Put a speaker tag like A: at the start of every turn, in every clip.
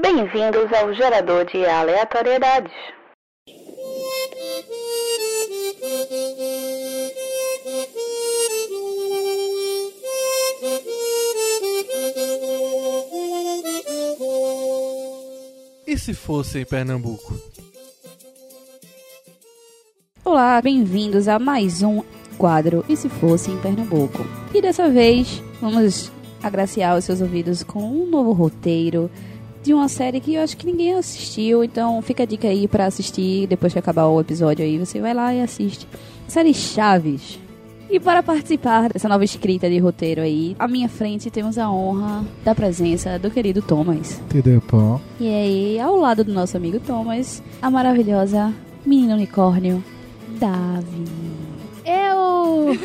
A: Bem-vindos ao gerador de aleatoriedades.
B: E se fosse em Pernambuco?
C: Olá, bem-vindos a mais um quadro E se fosse em Pernambuco. E dessa vez vamos agraciar os seus ouvidos com um novo roteiro de uma série que eu acho que ninguém assistiu, então fica a dica aí pra assistir depois que acabar o episódio aí, você vai lá e assiste. Série Chaves. E para participar dessa nova escrita de roteiro aí, à minha frente temos a honra da presença do querido Thomas.
D: Entendeu, pô?
C: E aí, ao lado do nosso amigo Thomas, a maravilhosa menina unicórnio, Davi. Eu!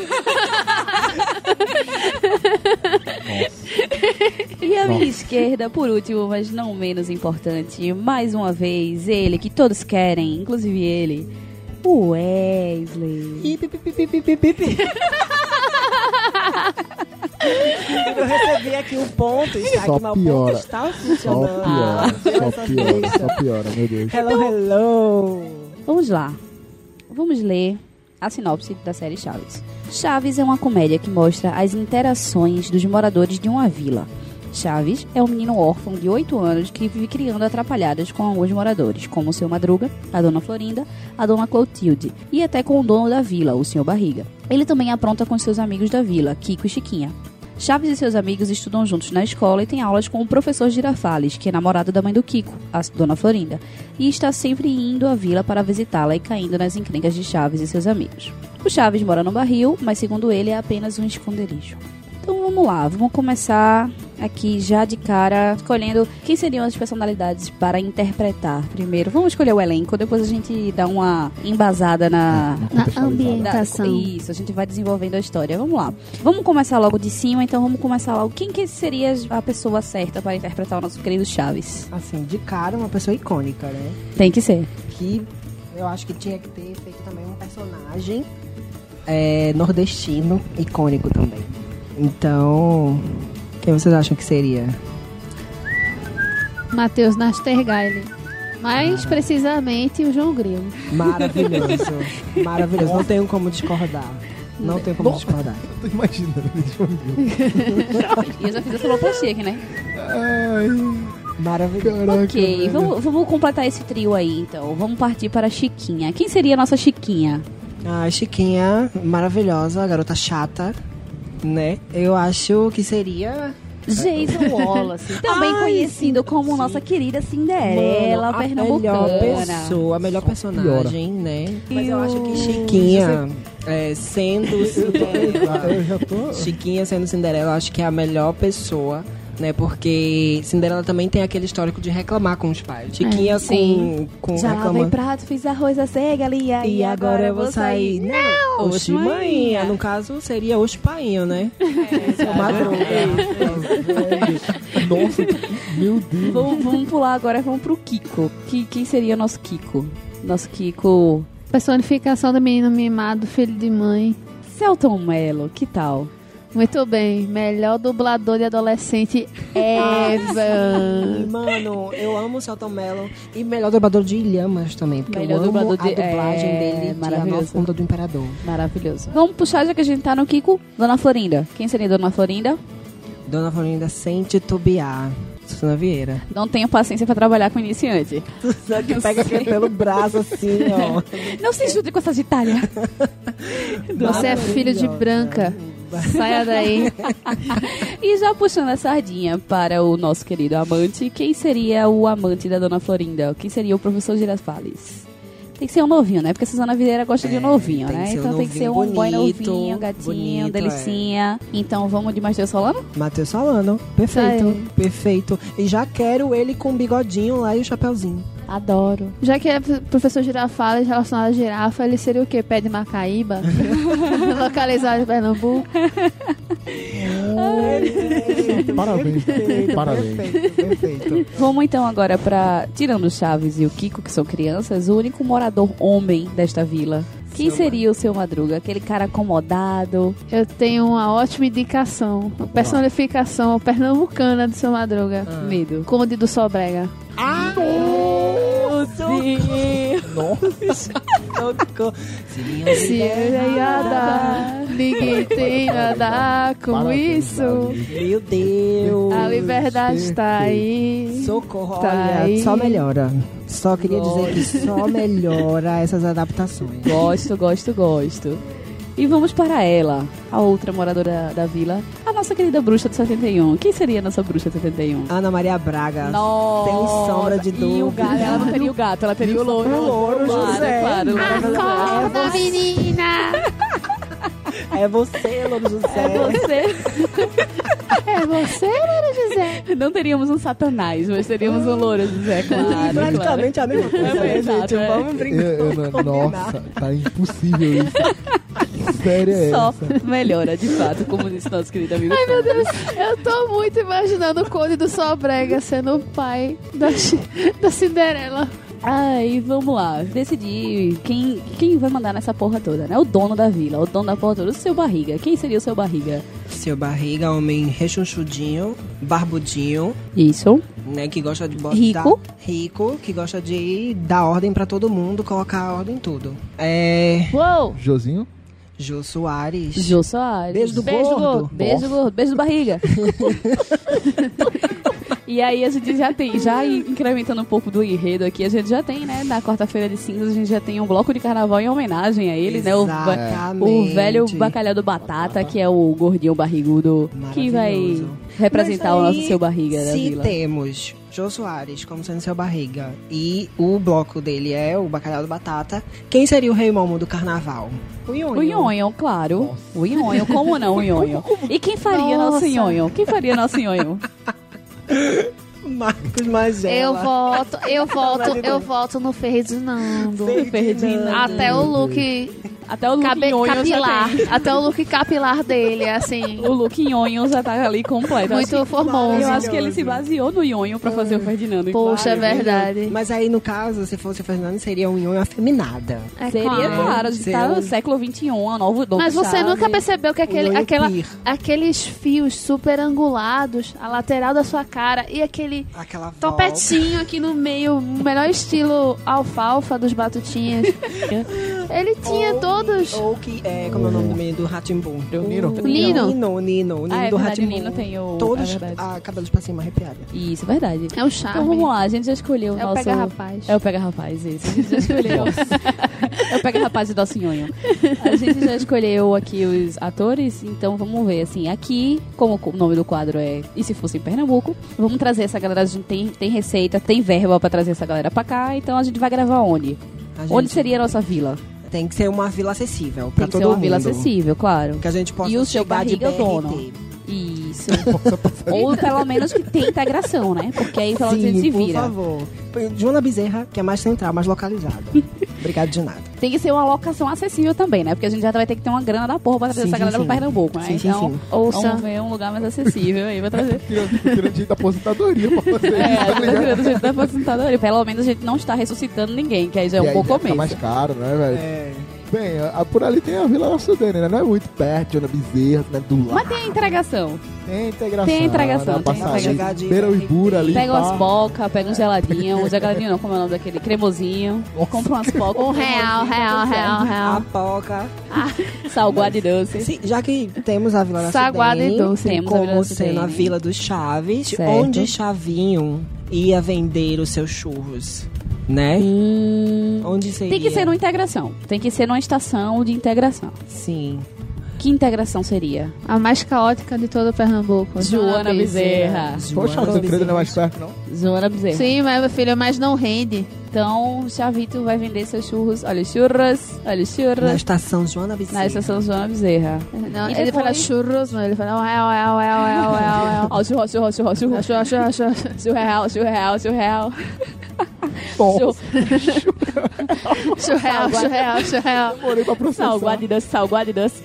C: e à minha esquerda, por último, mas não menos importante, mais uma vez, ele que todos querem, inclusive ele, o Wesley.
E: Pi, pi, pi, pi, pi, pi, pi, pi. Eu recebi aqui um ponto, está
D: Só
E: aqui, mas o ponto
D: piora.
E: está
D: Só
E: funcionando.
D: piora,
E: Viu
D: só
E: essa
D: piora,
E: coisa?
D: só piora, meu Deus.
E: Hello, hello.
C: Vamos lá. Vamos ler a sinopse da série Chaves. Chaves é uma comédia que mostra as interações dos moradores de uma vila. Chaves é um menino órfão de 8 anos que vive criando atrapalhadas com alguns moradores, como o seu Madruga, a dona Florinda, a dona Clotilde e até com o dono da vila, o senhor Barriga. Ele também apronta com seus amigos da vila, Kiko e Chiquinha. Chaves e seus amigos estudam juntos na escola e têm aulas com o professor Girafales, que é namorado da mãe do Kiko, a dona Florinda, e está sempre indo à vila para visitá-la e caindo nas encrencas de Chaves e seus amigos. O Chaves mora no barril, mas segundo ele é apenas um esconderijo. Então vamos lá, vamos começar aqui já de cara, escolhendo quem seriam as personalidades para interpretar primeiro. Vamos escolher o elenco, depois a gente dá uma embasada na,
F: Na
D: Contextualizado.
C: da-
F: ambientação.
C: Isso, a gente vai desenvolvendo a história. Vamos lá. Vamos começar logo de cima, então vamos começar logo. Quem que seria a pessoa certa para interpretar o nosso querido Chaves?
E: Assim, de cara, uma pessoa icônica, né?
C: Tem que ser.
E: Que eu acho que tinha que ter feito também um personagem é, nordestino, icônico também. Então, quem vocês acham que seria?
F: Matheus Nastergaile. Mais precisamente o João Grilo.
E: Maravilhoso. Maravilhoso. Não tenho como discordar. Não tenho como discordar.
D: Eu tô imaginando esse jogo.
C: E eu já fiz essa loucura aqui, né?
D: Ai,
E: Maravilhoso.
D: caraca.
C: Ok,
E: Uhum.
D: velho.
C: vamos, vamos completar esse trio aí, então. Vamos partir para a Chiquinha. Quem seria a nossa Chiquinha?
E: A Chiquinha, maravilhosa, a garota chata, né? Eu acho que seria.
C: Jason Wallace, também
E: É. Ai,
C: conhecido como
E: sim.
C: nossa querida Cinderela
E: Mano, A melhor
C: pernambucana.
E: pessoa, a melhor personagem, né? Mas eu acho que Chiquinha, é, sendo Cinderela.
D: Eu já tô.
E: Chiquinha sendo Cinderela, eu acho que é a melhor pessoa. Né, porque Cinderela também tem aquele histórico de reclamar com os pais. Chiquinha com,
F: sim.
E: com
C: Já lavei
E: reclama.
C: prato, fiz arroz à cega ali, aí agora eu vou sair.
E: Não! Oxi,
C: maninha.
E: maninha. No caso, seria oxi, painho, né? É, madruga.
D: Nossa, que- meu Deus.
C: Vamos, vamos pular agora, vamos pro Kiko. Que, quem seria o nosso Kiko? Nosso Kiko.
F: Personificação da menina mimado, filho de mãe.
C: Celton Mello, que tal?
F: Muito bem. Melhor dublador de adolescente
E: E,
F: ever.
E: Mano, eu amo o Celton Mello. E melhor dublador de Ilhamas também. Porque
C: Melhor
E: eu amo
C: dublador
E: a
C: de-
E: dublagem
C: é,
E: dele de A
C: maravilhoso.
E: Nova Onda do Imperador.
C: Maravilhoso. Vamos puxar, já que a gente tá no Kiko, Dona Florinda. Quem seria Dona Florinda?
E: Dona Florinda sem titubear. Susana Vieira.
C: Não tenho paciência pra trabalhar com iniciante.
E: Susana que pega aqui pelo braço assim, ó.
C: Não se junte com essas Itália.
F: Você é filho de branca. Saia daí.
C: E já puxando a sardinha para o nosso querido amante, quem seria o amante da Dona Florinda? Quem seria o professor Girafales? Tem que ser um novinho, né? Porque a Suzana Videira gosta de um novinho,
E: tem que
C: né?
E: ser um
C: Então tem que ser um
E: novinho
C: boy
E: bonito,
C: novinho, gatinho,
E: bonito, é.
C: delicinha. Então vamos de Matheus Solano?
E: Matheus Solano. Perfeito.
F: Isso aí.
E: Perfeito. E já quero ele com o bigodinho lá e o chapeuzinho.
C: Adoro.
F: Já que é professor girafales relacionado à girafa, ele seria o quê? Pé de Macaíba? Localizado em Pernambuco?
D: Parabéns.
E: Perfeito,
D: Parabéns.
E: Perfeito, perfeito.
C: Vamos então agora para tirando o Chaves e o Kiko, que são crianças, o único morador homem desta vila Quem seria o seu Madruga? Aquele cara acomodado.
F: Eu tenho uma ótima indicação. Uma personificação pernambucana do seu Madruga.
C: Medo.
F: Conde do Sobrega.
E: Nossa, socorro. Se minha
F: Se ele ia dar, ninguém tem a dar com
D: Parabéns,
F: isso.
D: Davi.
E: Meu Deus.
F: A liberdade está aí.
E: Socorro.
F: Tá aí.
E: Olha, só melhora. Só queria dizer que só melhora essas adaptações.
C: Gosto, gosto, gosto. E vamos para ela, a outra moradora da vila, a nossa querida bruxa do 71. Quem seria a nossa bruxa do 71?
E: Ana Maria Braga.
C: Nossa,
E: Sem sombra de
C: E o
E: dúvida.
C: gato, ela não teria o gato, ela teria o louro.
E: o louro,
C: Claro,
E: José. Ah,
C: claro, claro.
F: Acorda, menina!
E: É você, Louro José.
C: Você,
F: É você, Loura José?
C: não teríamos um satanás, mas teríamos um louro, José, claro. claro.
E: É Praticamente a mesma coisa, né,
C: exato,
E: gente?
C: é.
E: Vamos
D: Eu-
E: brincar.
D: eu não- nossa, tá impossível isso. Que série é
C: Só
D: essa?
C: melhora, de fato, como disse nosso querido amigo. Ai, meu Deus.
F: Eu tô muito imaginando o Conde do Sobrega sendo o pai da, Chi- da Cinderela.
C: Ai, vamos lá. Decidir quem, quem vai mandar nessa porra toda, né? O dono da vila, o dono da porra toda, o seu barriga. Quem seria o seu barriga?
E: Seu barriga, homem rechonchudinho, barbudinho,
C: Isso.
E: né? Que gosta de botar.
C: Rico.
E: Rico, que gosta de dar ordem pra todo mundo, colocar ordem em tudo. É.
F: Uou!
D: Josinho?
E: Jô Soares.
C: Jô Soares.
E: Beijo do gordo.
C: Beijo do gordo. Beijo do barriga. E aí a gente já tem, já in- incrementando um pouco do enredo aqui, a gente já tem, né, na quarta-feira de cinzas, a gente já tem um bloco de carnaval em homenagem a ele, né, o, ba- o
E: Exatamente.
C: velho bacalhau do batata, que é o gordinho barrigudo, que vai
E: Maravilhoso.
C: representar É
E: Mas
C: o nosso
E: aí,
C: seu barriga da
E: Se
C: vila.
E: temos Jô Soares como sendo seu barriga e o bloco dele é o Bacalhau do Batata, quem seria o rei momo do carnaval? O Nhonho.
C: O Nhonho, claro. O Nhonho, como não o Nhonho? E quem faria nosso
F: Nossa.
C: Nhonho? Quem faria nosso Nhonho?
E: Marcos Magela.
F: Eu voto, eu voto,
E: Verdade,
F: eu
E: não.
F: voto no Ferdinando.
E: Ferdinando.
C: Ferdinando.
F: Até o look
C: Até o look
F: cabe-
C: Nhonho já
F: capilar.
C: tem.
F: Até o look capilar dele, assim.
C: O look Nhonho já tá ali completo. Eu
F: Muito
C: acho que-
F: formoso.
C: Eu acho que ele se baseou no Nhonho pra fazer o Ferdinando.
F: Poxa, é verdade.
E: Mas aí, no caso, se fosse o Fernando, seria um Nhonho afeminada.
F: É
C: Seria
F: claro.
C: claro, a gente tá no
E: Seria um-
C: século XXI, a nova nova
F: Mas você
C: chave.
F: nunca percebeu que aquele,
E: Nhonho
F: aquela,
E: pir.
F: aqueles fios super angulados, a lateral da sua cara e aquele
E: Aquela volta.
F: topetinho aqui no meio, o melhor estilo alfalfa dos batutinhas. Ele tinha
E: Ou-
F: todos.
E: Ou que é, como é o nome do menino do Ratimbum?
B: Eu, Nino.
F: Nino.
E: Nino, Nino. Nino
C: Ah, é verdade,
E: do
C: o
E: Ratimbum.
C: Nino tem o... é
E: Todos
C: verdade.
E: ah, cabelos pra cima arrepiados.
C: Isso, é verdade.
F: É o
C: Então
F: charme.
C: vamos lá, a gente já escolheu o
F: É o
C: nosso...
F: pega rapaz.
C: É o Pega Rapaz, isso. A gente já escolheu. é o Pega Rapaz do nosso nhonho. A gente já escolheu aqui os atores, então vamos ver, assim, aqui, como o nome do quadro é E Se Fosse em Pernambuco, vamos trazer essa galera, a gente tem, tem receita, tem verba pra trazer essa galera pra cá, então a gente vai gravar onde?
E: A gente-
C: Onde seria a nossa vila?
E: Tem que ser uma vila acessível pra
C: Tem que
E: todo
C: ser uma
E: mundo.
C: vila acessível, claro.
E: Que a gente possa
C: E o seu
E: chegar de
C: barriga é o dono.
E: BRT.
C: Isso. Ou pelo menos que tenha integração, né? Porque aí pelo menos a gente se
E: Sim, por
C: vira.
E: favor. Joana Bezerra, que é mais central, mais localizada. Obrigado de nada.
C: Tem que ser uma locação acessível também, né? Porque a gente já vai ter que ter uma grana da porra pra trazer
E: Sim,
C: essa
E: sim,
C: galera
E: sim.
C: pra Pernambuco, né?
E: Sim, sim,
C: então,
E: sim.
C: ouça.
F: Ouça.
C: ver um lugar mais acessível aí, vai trazer.
D: Tirando tirando gente da aposentadoria pra fazer isso,
C: É,
D: tá
C: tá
D: ligado?
C: tirando gente da aposentadoria. Pelo menos a gente não está ressuscitando ninguém, que aí já é
D: E
C: um
D: aí
C: bom
D: já fica
C: começo.
D: mais caro, né, velho? Bem, a- a- por ali tem a Vila Sudene, né? Não é muito perto, Ana Bezerra, né? Do lado.
C: Mas tem a entregação.
D: Tem integração.
C: Tem integração,
D: né?
C: tem
D: Passa ali,
E: integração.
D: Beira o Ibura ali.
C: Pega
D: pá.
C: umas bocas, pega um geladinho, um geladinho não, como é o nome daquele? Cremosinho.
D: Nossa.
C: Compra umas bocas.
F: Um real, real,
C: um
F: real, um
E: A
C: Ah.
F: real.
E: Poca.
C: Salguado e doce.
E: Sim, já que temos a Vila da
F: Saguada e doce.
C: Temos a
E: como
C: Vila da
E: sendo a
C: Sudene.
E: Vila dos Chaves,
C: Certo.
E: onde Chavinho ia vender os seus churros, né?
C: Hum,
E: Onde seria?
C: Tem que ser numa integração. Tem que ser numa estação de integração.
E: Sim.
C: Que integração seria?
F: A mais caótica de todo Pernambuco.
C: Joana Bezerra.
D: Poxa,
E: Joana
D: o Tancredo não é
E: Bezerra.
D: mais perto, não?
C: Joana Bezerra.
F: Sim, mas meu filho, mas não rende.
C: Então, Chavito vai vender seus churros. Olha os churros, olha os
E: Na
C: churros.
E: estação Joana Bezerra.
C: né? Na estação Joana Bezerra.
F: Não,
C: E
F: ele
C: depois?
F: fala churros, mas ele fala um real, real, real, real, real, real.
C: Ó, churros, churros, churros, churros, é
F: Churros, churros, churros.
C: churros, churros, churros, churros.
D: Tom.
F: Churreal,
C: Salgado.
F: churreal, churreal.
D: Demorei pra
E: é
D: processar.
C: Salguado e doce, salguado e doce.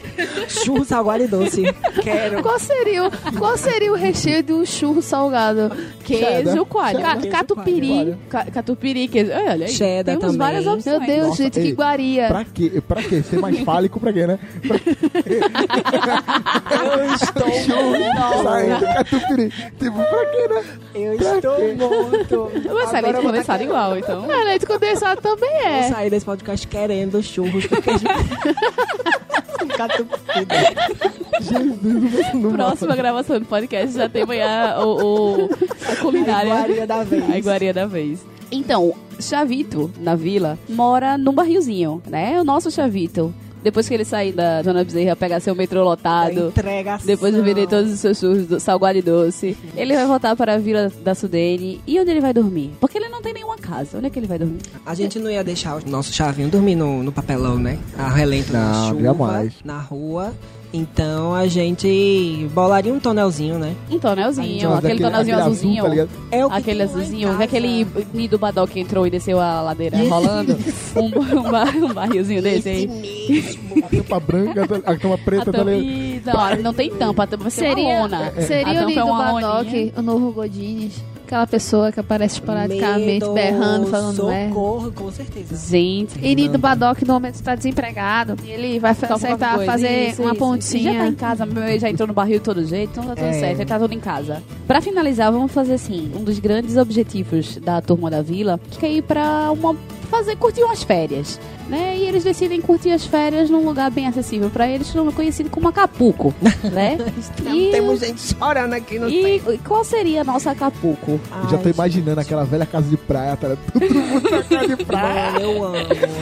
E: Churro, salgado e doce. Quero.
F: Qual seria, o, qual seria o recheio de um churro salgado?
C: Queijo coalho.
E: Cheddar.
C: Ca- Catupiry.
D: Coalho.
C: Ca- Catupiry, queijo. Olha, olha aí.
E: Cheddar
C: Temos
E: também.
C: várias opções.
F: Meu Deus,
D: Nossa,
F: gente, que
D: ei,
F: iguaria.
D: Pra quê? Pra quê? Ser mais fálico pra quê, né?
E: Eu estou
D: Saindo catupiry. Tipo, pra quê, né?
E: Eu
D: Pra quê?
E: estou morto.
C: Mas sai
E: Agora
C: leite
E: eu vou
C: condensado
E: tá
C: igual, então.
F: Ah, leite condensado também
E: querendo
F: é.
E: sair desse podcast querendo churros com queijo. Catupiry.
D: Jesus, não
C: Próxima gravação do podcast já tem amanhã o, o- a culinária.
E: Iguaria da vez.
C: A iguaria da vez. Então, Chavito, na vila, mora num barrilzinho, né? O nosso Chavito. Depois que ele sair da Zona Bezerra, pegar seu metrô lotado,
E: Entrega
C: depois de vender todos os seus churros do- salgado e doce, ele vai voltar para a vila da Sudene. E onde ele vai dormir? Porque ele não tem nenhuma casa. Onde é que ele vai dormir?
E: A gente não ia deixar o nosso chavinho dormir no, no papelão, né? A relento
D: Não,
E: da chuva,
D: jamais.
E: na rua. Então a gente bolaria um tonelzinho, né?
C: Um tonelzinho, aquele tonelzinho azulzinho.
E: É o que
C: Aquele
E: tem lá em
C: azulzinho,
E: casa.
C: aquele nido badal que entrou e desceu a ladeira rolando. Um, ba- um, ba- um barrilzinho desse aí.
D: A tampa branca, a tampa
C: A
D: preta, tá
C: tampa-
D: ligado?
C: Ih, Não, não tem tampa, a tampa vai ser uma
F: Seria,
C: lona. A
F: seria o
C: tampa é
F: lindo
C: uma
F: Badoc,
C: loninha.
F: o novo Godines. Aquela pessoa que aparece esporadicamente, berrando, falando
C: né?
F: merda.
E: Socorro, com certeza.
C: Gente,
F: E Nido Badoc, no momento, está desempregado. E ele Tá vai
C: toca alguma
F: aceitar
C: Então, coisa.
F: fazer
C: Isso,
F: uma
C: isso.
F: pontinha.
C: Já tá em casa, meu bebê já entrou no barril de todo jeito, então tá tudo
E: É.
C: certo, ele tá tudo em casa. Pra finalizar, vamos fazer assim, um dos grandes objetivos da turma da vila, que é ir pra uma... fazer, curtir umas férias, né? E eles decidem curtir as férias num lugar bem acessível pra eles, conhecido como Acapulco, né? E-
E: Temos gente chorando aqui no
C: E e qual seria a nossa Acapulco?
D: Já tô imaginando aquela velha casa de praia, tá ligado? Todo mundo na casa de praia.
E: Mano, eu amo,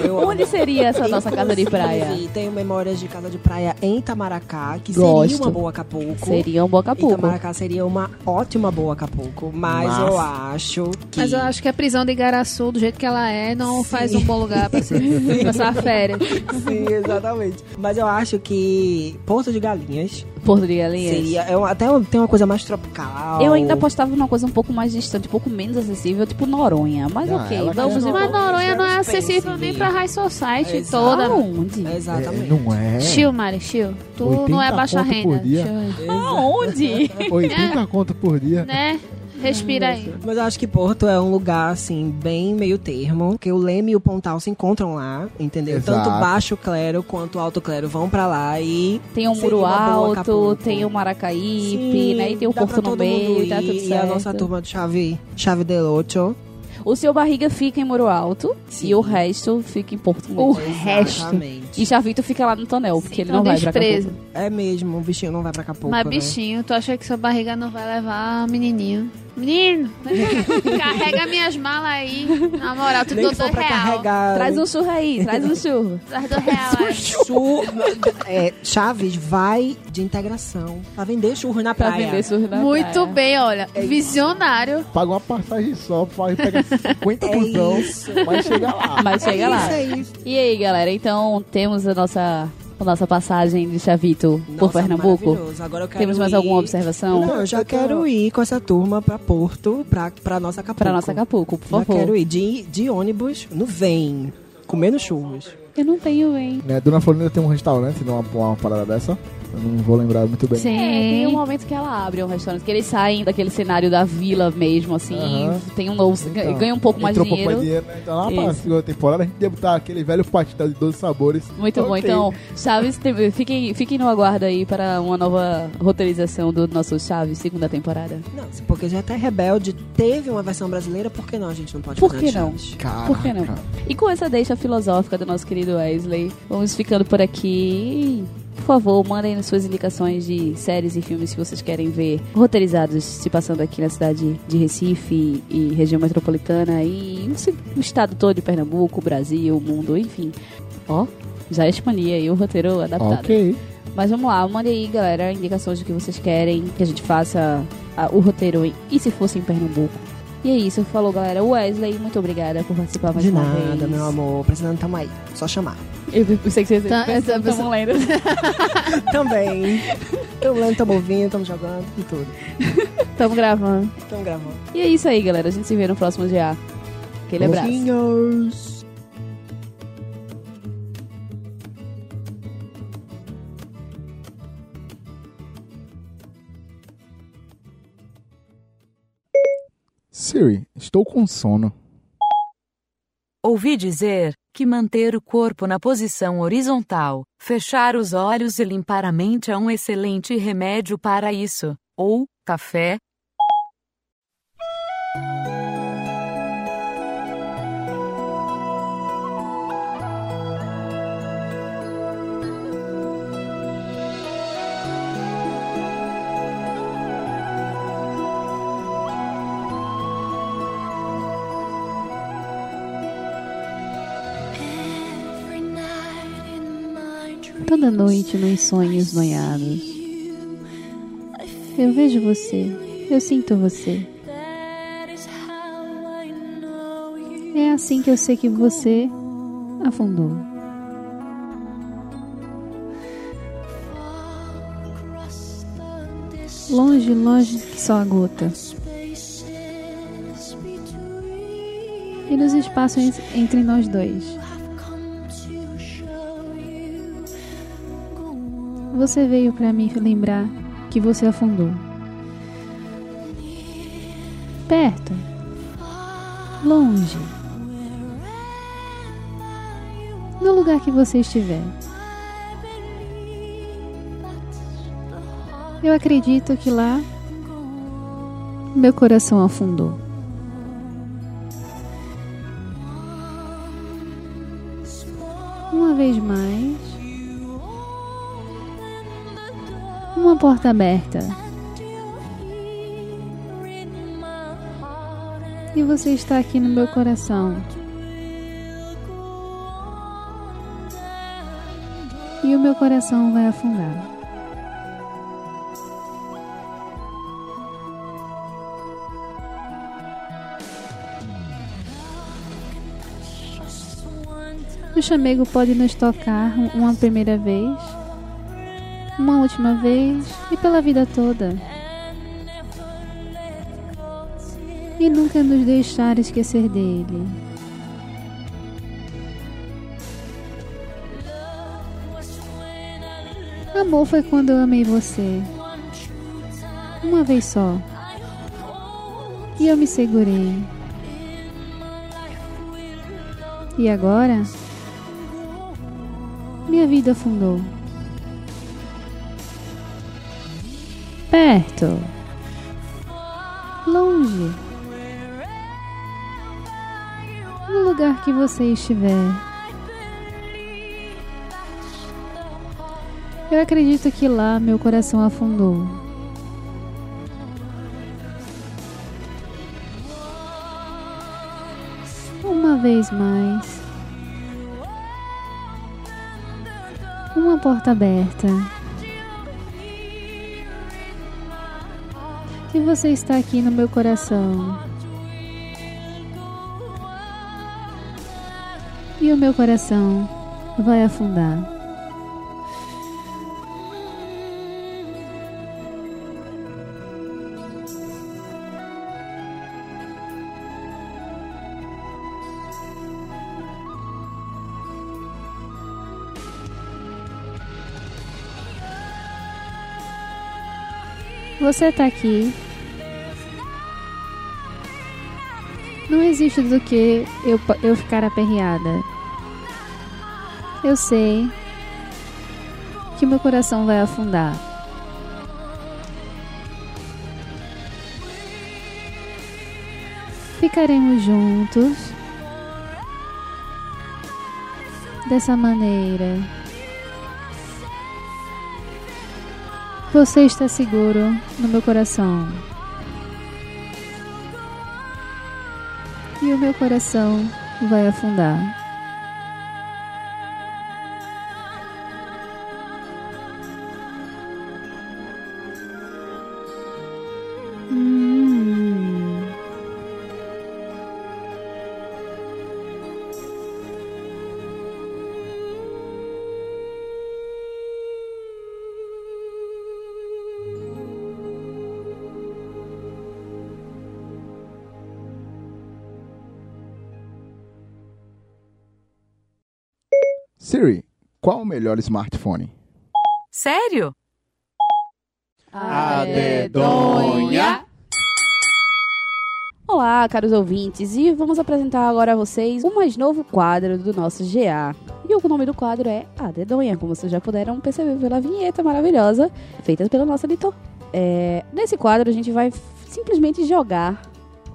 E: eu amo.
C: Onde seria essa nossa casa de praia?
E: Inclusive, Tenho memórias de casa de praia em Itamaracá, que
C: Gosto.
E: seria uma boa Acapulco.
C: Seria um Acapulco.
E: Itamaracá Então, seria uma ótima boa Acapulco, mas,
D: Mas-
E: eu acho que...
F: Mas eu acho que a prisão de Igaraçu, do jeito que ela é, não
E: Sim.
F: faz um bom lugar pra se- passar férias.
E: Sim, exatamente. Mas eu acho que Porto de Galinhas
C: Porto de Galinhas.
E: seria... É um- até um- tem uma coisa mais tropical.
C: Eu ainda apostava numa coisa um pouco mais distante, um pouco menos acessível, tipo Noronha. Mas
D: Não,
C: ok,
D: ela
C: vamos
D: quer-
C: em-
F: Mas Noronha não é
E: Menos
F: acessível
E: pense,
F: nem
E: Vi.
F: pra High Society
E: Exato.
F: toda.
C: Aonde?
E: Exatamente.
D: É, não é?
F: Chill, Mari, chill. Tu
D: 80
F: não é baixa
D: conto por
F: renda.
D: dia.
F: Chill.
C: Aonde?
D: 80 conto por dia.
F: Né? Respira aí.
E: Mas eu acho que Porto é um lugar, assim, bem meio termo, que o Leme e o Pontal se encontram lá, entendeu?
D: Exato.
E: Tanto baixo clero quanto alto clero vão pra lá e...
C: Tem um
E: Seria
C: muro
E: uma boa
C: alto,
E: Acapulco.
C: tem o Maracaípe,
E: Sim,
C: né? E tem o
E: dá pra
C: Porto no
E: todo mundo
C: meio,
E: ir,
C: tá tudo
E: E a nossa
C: certo.
E: turma do Chave, Chave de Locho.
C: O seu barriga fica em muro alto
E: Sim.
C: e o resto fica em Porto
F: O
C: Médio.
F: resto.
E: Exatamente.
C: E Chavito fica lá no tonel, porque ele não
F: Então
C: vai pra
F: desprezo.
C: Acapulco.
E: É mesmo, o bichinho não vai pra Acapulco,
F: Mas
E: né?
F: bichinho, tu acha que sua barriga não vai levar menininho? Menino, carrega minhas malas aí. Na moral, tu
E: Nem
F: dou
E: que for
F: dois
E: pra
F: real.
E: carregar... né?
C: Traz um churro aí, traz um churro.
F: Traz dois real aí.
E: Churro. É, Chaves vai de integração Tá pra vender churros na
C: Pra
E: praia.
C: vender churro na
F: Muito
C: praia.
F: bem, olha. Visionário.
D: Paga uma passagem só, vai pegar 50
E: É
D: busão,
E: isso.
D: mas chega lá.
C: Mas chega
E: é
C: lá.
E: Isso, é isso.
C: E aí, galera, então temos a nossa, a nossa passagem de Chavito por
E: Nossa,
C: Pernambuco.
E: maravilhoso. Agora eu quero
C: Temos mais
E: ir-
C: alguma observação?
E: Não, eu já quero ir com essa turma pra Porto, pra, pra nossa Acapulco.
C: Pra nossa Acapulco, por
E: Já
C: favor.
E: quero ir de, de ônibus no VEM, comendo churros.
C: Eu não tenho, hein?
D: Né, Dona Florinda tem um restaurante, não uma, uma parada dessa. Eu não vou lembrar muito bem.
F: Sim.
C: É, tem um momento que ela abre um restaurante, que eles saem daquele cenário da vila mesmo, assim,
D: Aham.
C: tem um novo, ganha-
D: Então,
C: ganha um pouco mais de
D: entrou
C: dinheiro.
D: pouco mais dinheiro, né? Então lá pra
C: Isso.
D: segunda temporada a gente ia botar aquele velho pastel de 12 sabores.
C: Muito bom,
D: Ok.
C: então, Chaves, tem- fiquem, fiquem no aguardo aí para uma nova roteirização do nosso Chaves, segunda temporada.
E: Não, porque já é até Rebelde teve uma versão brasileira, por que não a gente não pode
C: Por
E: fazer
C: que
E: de
C: não?
E: Chaves?
D: Caraca.
C: Por que não? E com essa deixa filosófica do nosso querido Wesley, vamos ficando por aqui. Por favor, mandem suas indicações de séries e filmes que vocês querem ver roteirizados se passando aqui na cidade de Recife e região metropolitana e o estado todo de Pernambuco, Brasil, mundo, enfim. Ó, já expandi aí o roteiro adaptado.
D: Ok.
C: Mas vamos lá, mandem aí, galera, indicações do que vocês querem que a gente faça ah, o roteiro em E Se Fosse em Pernambuco. E é isso, falou, galera. Wesley, muito obrigada por participar mais
E: De
C: uma
E: nada,
C: vez.
E: meu amor. Precisando, tamo aí. Só chamar.
C: Eu pensei que vocês
F: Tá, essa
C: essa
F: pessoa-
C: pessoa lendo.
E: Também. Tamo lendo, tamo ouvindo, tamo jogando e tudo.
F: Tamo gravando.
E: Tamo gravando.
C: E é isso aí, galera. A gente se vê no próximo GA.
F: Aquele abraço.
E: Beijinhos.
D: Siri, estou com sono.
G: Ouvi dizer que manter o corpo na posição horizontal, fechar os olhos e limpar a mente é um excelente remédio para isso. Ou café.
F: Toda noite, nos sonhos noiados, eu vejo você, eu sinto você. É assim que eu sei que você afundou. Longe, longe que só a gota. E nos espaços entre nós dois. Você veio pra me lembrar que você afundou. Perto. Longe. No lugar que você estiver. Eu acredito que lá meu coração afundou. Uma vez mais, uma porta aberta. E você está aqui no meu coração. E o meu coração vai afundar. O chamego pode nos tocar uma primeira vez, uma última vez e pela vida toda. E nunca nos deixar esquecer dele. Amor foi quando eu amei você. Uma vez só. E eu me segurei. E agora? Minha vida afundou. Perto. Longe. No lugar que você estiver. Eu acredito que lá meu coração afundou. Uma vez mais. Uma porta aberta. E você está aqui no meu coração. E o meu coração vai afundar. Você tá aqui. Não existe do que eu, pa- eu ficar aperreada. Eu sei que meu coração vai afundar. Ficaremos juntos dessa maneira. Você está seguro no meu coração. E o meu coração vai afundar. Hum.
D: Siri, qual o melhor smartphone?
G: Sério?
B: A dedonha.
C: Olá, caros ouvintes, e vamos apresentar agora a vocês o mais novo quadro do nosso GA. E o nome do quadro é A Dedonha, como vocês já puderam perceber pela vinheta maravilhosa feita pelo nosso editor. É, nesse quadro a gente vai f- simplesmente jogar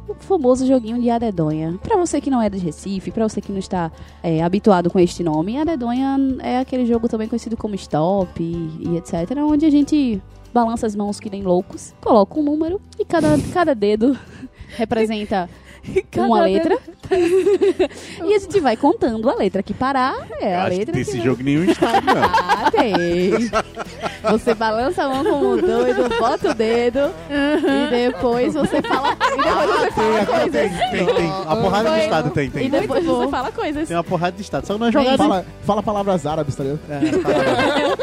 C: o famoso joguinho de A Dedonha. Pra você que não é de Recife, pra você que não está é, habituado com este nome, A Dedonha é aquele jogo também conhecido como Stop e, e etc, onde a gente balança as mãos que nem loucos, coloca um número e cada, cada dedo representa uma letra. e a gente vai contando a letra que parar é a
H: acho que
C: letra
H: desse
C: que vai-
H: jogo nenhum está, não.
C: Ah, tem. Você balança a mão como um doido, bota o dedo e depois você fala. E depois você fala
H: Ah, Tem,
C: coisas.
H: tem, tem, tem. A porrada de
C: Ah, Foi-
H: estado tem,
C: E
H: tem.
C: depois você fala coisas.
H: Tem uma porrada de estado. Só não é
C: Tem.
H: jogada. É.
D: Fala, fala palavras árabes, tá ligado?
C: Ah,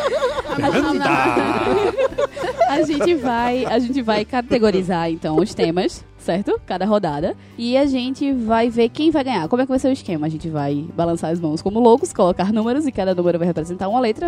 C: A gente vai, a gente vai categorizar então os temas, certo? Cada rodada. E a gente vai ver quem vai ganhar. Como é que vai ser o esquema? A gente vai balançar as mãos como loucos, colocar números e cada número vai representar uma letra.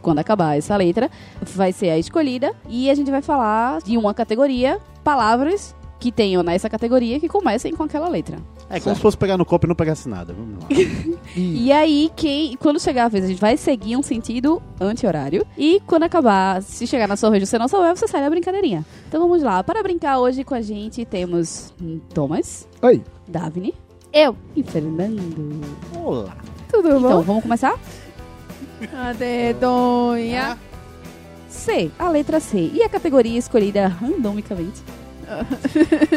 C: Quando acabar essa letra, vai ser a escolhida e a gente vai falar de uma categoria, palavras que tenham nessa categoria que comecem com aquela letra.
H: É como se fosse pegar no copo e não pegasse nada. Vamos lá.
C: E aí, quem, quando chegar a vez, a gente vai seguir um sentido anti-horário. E quando acabar, se chegar na sua vez e você não souber, você sai da brincadeirinha. Então vamos lá. Para brincar hoje com a gente, temos hum, Thomas,
D: Oi.
C: Daphne
F: Eu.
C: e Fernando.
H: Olá.
F: Tudo
C: Então, vamos começar? Então,
F: A
C: Ah,
F: dedonha.
C: C, a letra C. E a categoria escolhida randomicamente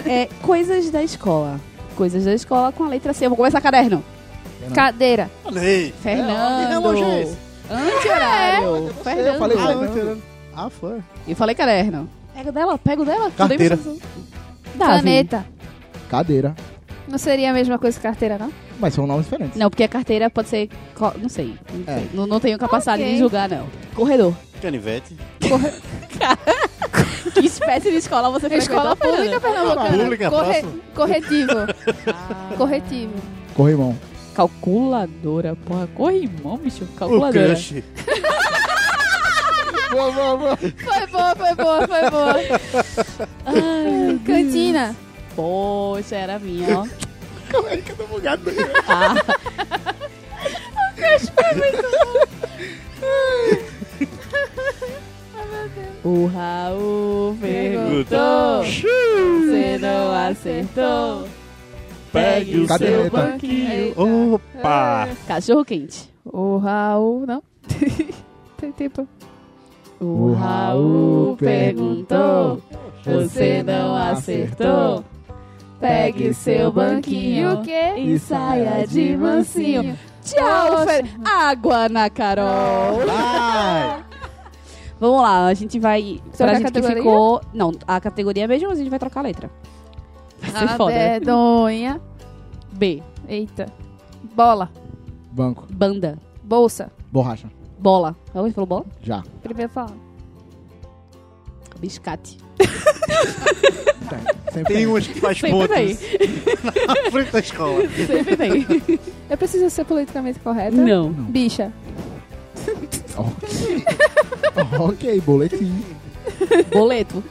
C: é coisas da escola. Coisas da escola com a letra C. Eu vou começar caderno.
F: Cadeira.
H: Olhei.
C: Fernando.
H: elogio é esse?
C: Anti-horário.
D: Eu falei,
H: Ah,
D: ah,
H: eu tô entendendo. Ah, foi.
C: Eu falei caderno. Pega dela, pega o dela.
H: Carteira.
C: Davi.
F: Caneta.
D: Cadeira.
F: Não seria a mesma coisa que carteira, não?
D: Mas são nomes diferentes.
C: Não, porque a carteira pode ser. co- Não sei. Não,
D: É.
C: sei. Não, não tenho capacidade
F: Ok.
C: de julgar, não. Corredor.
H: Canivete.
C: Que espécie de escola você né? fez?
F: É Escola pública pernambucana.
C: é
H: Pública,
F: Corre-
H: próximo.
F: Corretivo.
C: Ah.
F: Corretivo.
D: Corrimão.
C: Calculadora. Porra, corrimão, bicho.
H: O
C: Calculadora.
H: crush.
D: Boa, boa, boa.
F: Foi boa, foi boa, foi boa.
C: Ai,
F: Cantina.
C: poxa, era minha, ó.
D: Calma aí que eu tô bugado.
C: Ah. O Raul perguntou, você não acertou. Pegue o
D: Cadê
C: seu
D: ele, tá?
F: É
C: banquinho.
H: Opa.
C: Cachorro quente.
F: O Raul, não? Tem tempo.
C: O Raul perguntou, você não acertou. Pegue seu
F: E o
C: banquinho
F: quê?
C: e
F: É
C: saia de mansinho. Tchau, Fer... Água na Carol.
H: Vai.
C: Vamos lá, a gente vai...
F: Trocar
C: pra gente que
F: categoria?
C: ficou... Não, a categoria é mesmo, mas a gente vai trocar a letra. Vai ser
F: A
C: foda. né?
F: dedonha.
C: B.
F: Ah, Eita. Bola.
D: Banco.
C: Banda.
F: Bolsa.
D: Borracha.
C: Bola. Alguém falou bola?
D: Já.
F: Primeiro fala.
C: Biscate.
D: Sempre
H: Tem um. umas que faz
C: Sempre
H: pontas
C: bem.
H: na frente da escola.
C: Sempre bem.
F: Eu preciso ser politicamente correta?
C: Não.
F: Bicha.
D: ok, boletim.
C: Boleto.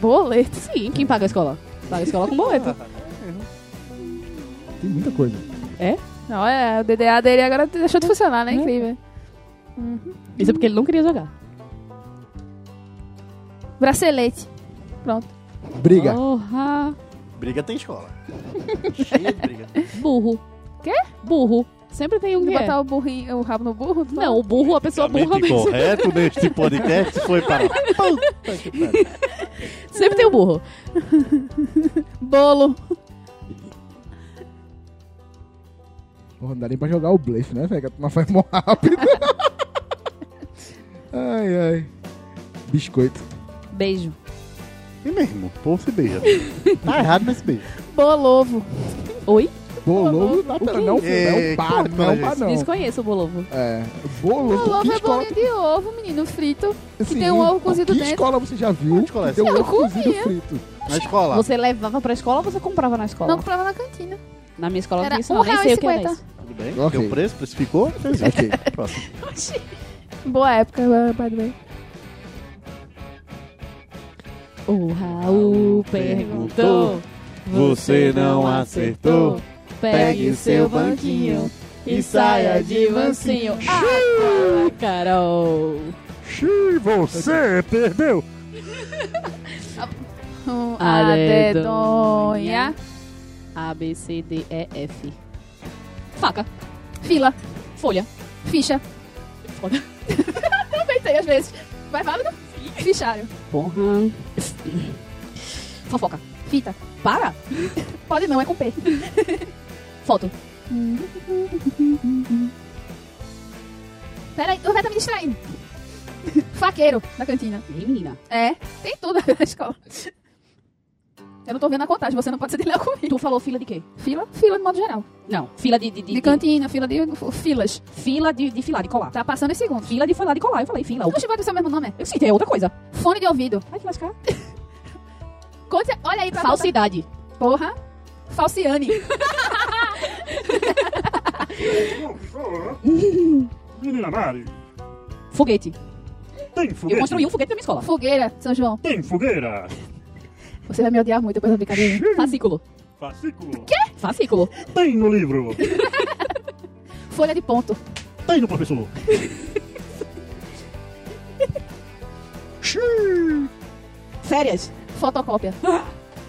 F: Boleto.
C: Sim, quem paga a escola? Paga a escola com boleto.
D: Tem muita coisa.
F: Não, é, o DDA dele agora deixou de funcionar, né? Incrível.
C: Isso é porque ele não queria jogar.
F: Bracelete.
D: Briga.
C: Porra.
H: Briga tem escola. Cheia de briga.
C: Burro.
F: Quê?
C: Burro. Sempre tem um
F: Tem
C: que
F: que
C: é.
F: botar o burrinho, o rabo no burro?
C: Não, o burro, a pessoa burra
H: Politicamente
C: mesmo.
H: correto neste podcast foi para... Puta que pariu.
C: Sempre tem o burro.
F: Bolo.
D: Porra, não dá nem pra jogar o blefe, né, velho? Que a turma faz mó rápido. ai, ai. Biscoito.
C: Beijo.
H: E mesmo, o povo se beija. Tá errado nesse beijo.
F: Bolovo.
C: Oi?
D: Bolovo. Não, pera, não, não,
H: Ei,
D: pá,
H: que coisa,
D: não, pá, não.
C: Desconheço o bolovo.
D: É. Bolovo.
F: Bolovo
D: que
F: é
D: escola...
F: bolinho de ovo, menino frito.
D: Sim,
F: tem um ovo cozido
D: que
F: dentro.
D: escola você já viu?
H: Onde escola é
D: que Tem um
F: essa?
D: ovo
F: Eu
D: cozido
F: comia.
D: frito.
H: Na escola.
C: Você levava pra escola ou você comprava na escola?
F: Não comprava na cantina.
C: Na minha escola não
F: Era
C: tinha isso não. Nem sei o que é era
F: R$1,50.
C: isso.
H: Tudo bem?
D: Ok.
H: Deu preço, precificou? Fez isso.
D: Ok.
H: Próximo.
F: Boa época, by the way.
C: O Raul perguntou.
H: Você não acertou.
C: Pegue
H: Pegue
C: seu
H: seu
C: banquinho e saia de mansinho. Ah, Carol!
H: Xiii, você perdeu.
F: Um,
C: A
F: a
C: dedonha.
F: dedonha.
C: A, B, C, D, E, F. Faca. Fila. Folha. Ficha. Foda.
F: Pensei às vezes. Vai válido? Fichário.
C: Porra. Fofoca.
F: Fita.
C: Para!
F: Pode não, é com P.
C: Foto.
F: Peraí, tu vai tá me distraindo. Faqueiro da cantina.
C: Menina.
F: É, tem tudo na escola. Eu não tô vendo a contagem, você não pode ser de leal comigo.
C: Tu falou fila de quê?
F: Fila? Fila, de modo geral.
C: Não. Fila de. De, de,
F: De cantina, fila de filas.
C: Fila de, de filar, de colar.
F: Tá passando em segundos.
C: Fila de falar, de colar. Eu falei fila.
F: Oxe, pode ser o mesmo nome.
C: Eu citei outra coisa.
F: Fone de ouvido.
C: Ai, que lascar.
F: Conte, olha aí pra
C: Falsidade.
F: botar- Porra. Falciane.
H: Menina Mari,
C: Foguete.
H: tem
C: Eu construí um foguete na minha escola.
F: Fogueira, São João.
H: Tem fogueira.
F: Você vai me odiar muito depois da brincadeira.
C: Fascículo.
H: Fascículo.
C: Fascículo.
H: Tem no livro.
F: Folha de ponto.
H: Tem no professor.
C: Férias.
F: Fotocópia.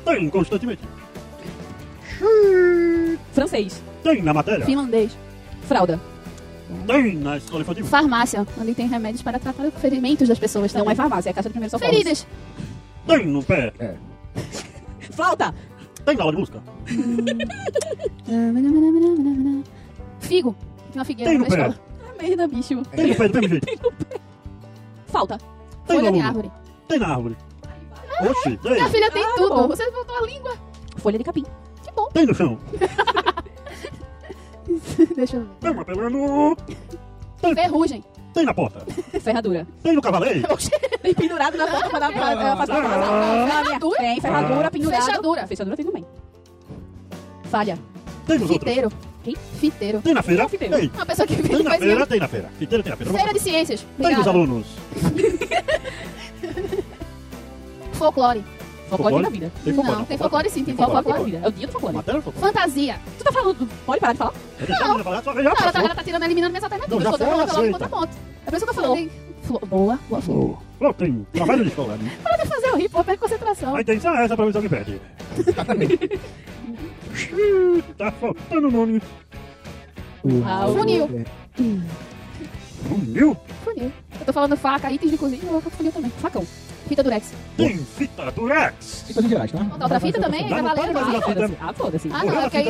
H: Tem constantemente.
C: Francês.
H: Tem na matéria.
F: Finlandês.
C: Fralda.
H: Tem na escola infantil.
F: Farmácia, onde tem remédios para tratar ferimentos das pessoas.
C: Não é
F: também.
C: farmácia, é caixa de primeiro socorro.
F: Feridas.
H: Tem no pé.
C: Falta.
H: Tem na aula de música.
F: Figo. É Tem uma figueira
H: Tem
F: na
H: no pé.
F: escola.
C: Ah, merda, bicho.
H: Tem no pé do mesmo jeito.
C: Falta.
H: Tem
F: Folha
H: no
F: de
H: aluno.
F: árvore.
H: Tem na árvore. Oxi, tem.
F: Minha filha tem
C: Ah,
F: tudo.
C: bom.
F: Você voltou a língua.
C: Folha de capim.
F: Que bom.
H: Tem no chão.
F: Deixa eu ver.
H: Tem uma pelando.
F: Ferrugem.
H: Tem na porta.
C: Ferradura.
H: Tem no cavaleiro.
C: Tem pendurado na porta pra dar pra, pra, pra, pra, pra,
H: Ah.
F: Ferradura.
C: Tem ferradura,
H: Ah.
C: pendurado.
F: Fechadura.
C: Fechadura tem também. Falha.
H: Tem nos outros.
F: Fiteiro.
C: Quem?
F: Fiteiro.
H: Tem na feira. Tem.
C: Fiteiro.
F: Uma pessoa que
H: Tem
F: vende
H: na
F: coisinha.
H: feira, tem na feira. Fiteira tem na feira.
F: Feira de ciências.
H: Tem nos
F: Obrigada.
H: alunos.
C: Folclore
F: Folclore.
H: Folclore?
C: na vida.
H: Tem folclore.
F: Não, tem folclore sim, tem
H: Folclore,
C: Folclore
F: folclore.
C: na vida. É o dia do folclore.
H: Matéria ou folclore?
F: Fantasia.
C: Tu tá falando... Pode parar de falar?
H: Vai deixar a menina falar, sua vez
F: Não,
H: já
F: ela tá,
H: passou.
F: ela tá tirando, eliminando minhas alternativas.
H: Não, já
F: Eu tô dando
H: foi,
F: logo
H: aceita.
F: contraponto. É por isso que eu falei. Flor. Boa, boa. flor.
D: Pô,
H: Falou, tem trabalho de escola. né?
F: Para de é fazer eu rir, pô, perde concentração.
H: Aí tem só é essa pra ver se alguém perde. tá faltando o nome.
C: Raul.
F: Funil.
H: Funil?
F: Funil. Eu tô falando faca, itens de cozinha, eu vou funil também. Facão. Fita durex.
H: Tem fita durex.
D: Fitas gerais, tá?
F: Contar outra fita também,
H: Dá
F: vai valer
H: vontade,
F: cozinha.
H: mas
C: Ah, foda-se. Ah, foda-se.
F: Ah,
H: Morreu
F: não,
H: a
F: é porque aí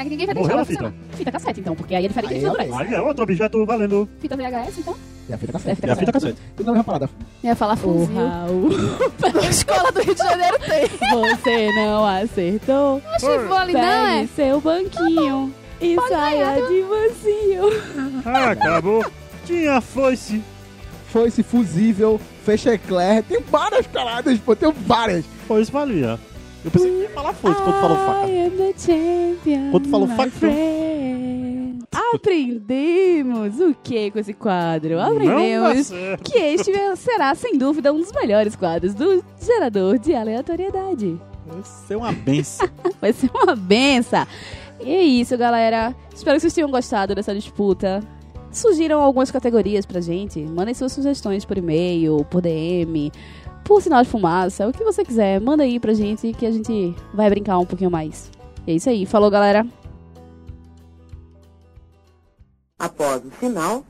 F: aí ninguém vai deixar
H: Morreu
F: ela
H: a fita.
F: funcionar.
C: Fita cassete, então, porque aí é diferente de
D: Aí
C: fita
D: é
C: durex.
H: Aí é outro objeto valendo.
F: Fita VHS, então.
D: É a fita
C: É a
D: cassete.
C: fita
H: É a fita cassete.
D: Tu não é uma parada.
F: Eu ia falar
C: O
F: fuzil.
C: Raul,
F: A escola do Rio de Janeiro tem.
C: você não acertou.
F: Oxi, vôlei, não é?
C: Pegue seu banquinho e
F: Pode
C: saia
F: ganhar. tá?
C: de mansinho.
H: Acabou. Tinha foice.
D: Foi-se fusível, fecha eclair. Tem várias paradas, pô. Tem várias.
H: Foice valia. Eu pensei que ia falar foice quando falou faca.
C: I am the champion,
H: Quando falou
C: my
H: faca, tu-
C: friend. Aprendemos o que com esse quadro?
H: Não dá
C: Aprendemos
H: certo.
C: que este será, sem dúvida, um dos melhores quadros do gerador de aleatoriedade.
H: Isso é uma benção.
C: Vai ser uma benção. E é isso, galera. Espero que vocês tenham gostado dessa disputa. Sugiram algumas categorias pra gente. Mandem suas sugestões por e-mail, por DM, por sinal de fumaça, o que você quiser. Manda aí pra gente que a gente vai brincar um pouquinho mais. E é isso aí. Falou, galera.
G: Após o sinal,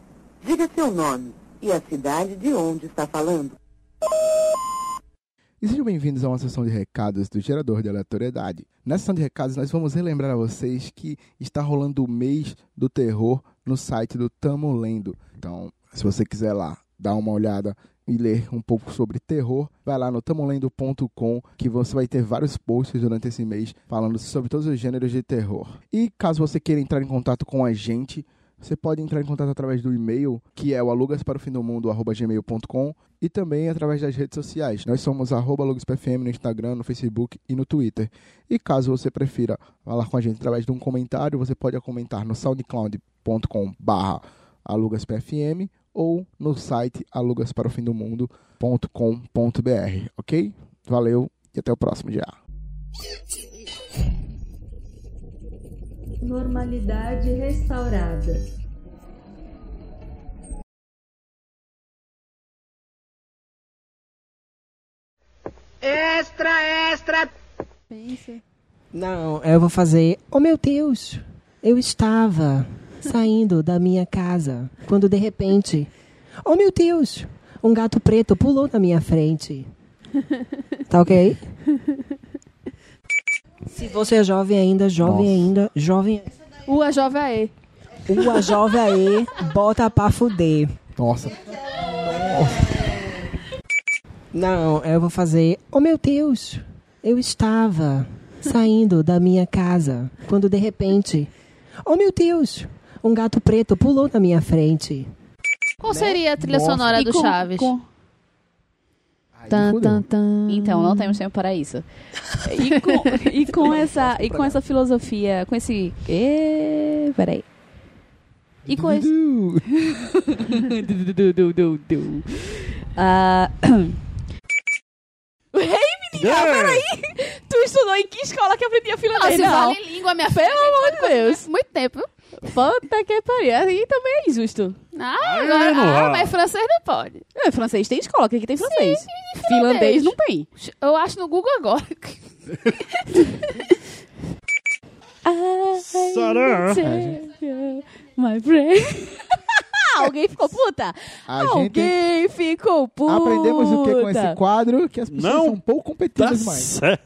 G: diga seu nome e a cidade de onde está falando.
D: E sejam bem-vindos a uma sessão de recados do Gerador de Aleatoriedade. Nessa sessão de recados, nós vamos relembrar a vocês que está rolando o mês do terror no site do Tamo Lendo. Então, se você quiser lá dar uma olhada e ler um pouco sobre terror, vai lá no tamolendo.com que você vai ter vários posts durante esse mês falando sobre todos os gêneros de terror. E caso você queira entrar em contato com a gente, Você pode entrar em contato através do e-mail, que é o alugasparofindomundo.gmail.com e também através das redes sociais. Nós somos arroba alugaspfm no Instagram, no Facebook e no Twitter. E caso você prefira falar com a gente através de um comentário, você pode comentar no soundcloud.com barra alugaspfm ou no site alugasparofindomundo.com.br, ok? Valeu e até o próximo dia.
I: Normalidade restaurada.
B: Pensa.
E: Não, eu vou fazer. Oh meu Deus, eu estava saindo da minha casa quando de repente, oh meu Deus, um gato preto pulou na minha frente. Tá ok? Se você é jovem ainda, jovem ainda, jovem.
B: Ua Jovem Aê.
E: Ua jovem aí, bota pra fuder.
D: Nossa,
E: Não, eu vou fazer. Oh meu Deus, eu estava saindo da minha casa quando de repente, oh meu Deus, um gato preto pulou na minha frente.
F: Qual seria a trilha
D: Nossa.
F: sonora
B: E
F: do
B: com-
F: Chaves?
B: com-
D: aí
F: Tan,
D: fudeu.
F: tan, tan.
C: Então, não temos tempo para isso. E com, e com essa, e com essa filosofia, com esse... Ê, peraí. E com esse... Du, du, du, du, du. Ah, tu estudou em que escola que aprendia
F: Nossa,
C: finlandês?
F: se
C: Não,
F: vale língua, minha filha.
C: pelo amor de Deus.
F: Muito tempo.
C: Puta que pariu. Aí também é injusto.
F: Ah, agora, ah, mas francês não pode.
C: É, francês tem escola, o que, que tem francês? finlandês não tem.
F: Eu acho no Google agora.
H: Sarah.
C: My friend. Alguém ficou puta?
D: A gente
C: Alguém ficou puta.
D: aprendemos o que com esse quadro? Que as pessoas
H: Não
D: são um pouco
H: Tá
D: competidas demais.
H: certo.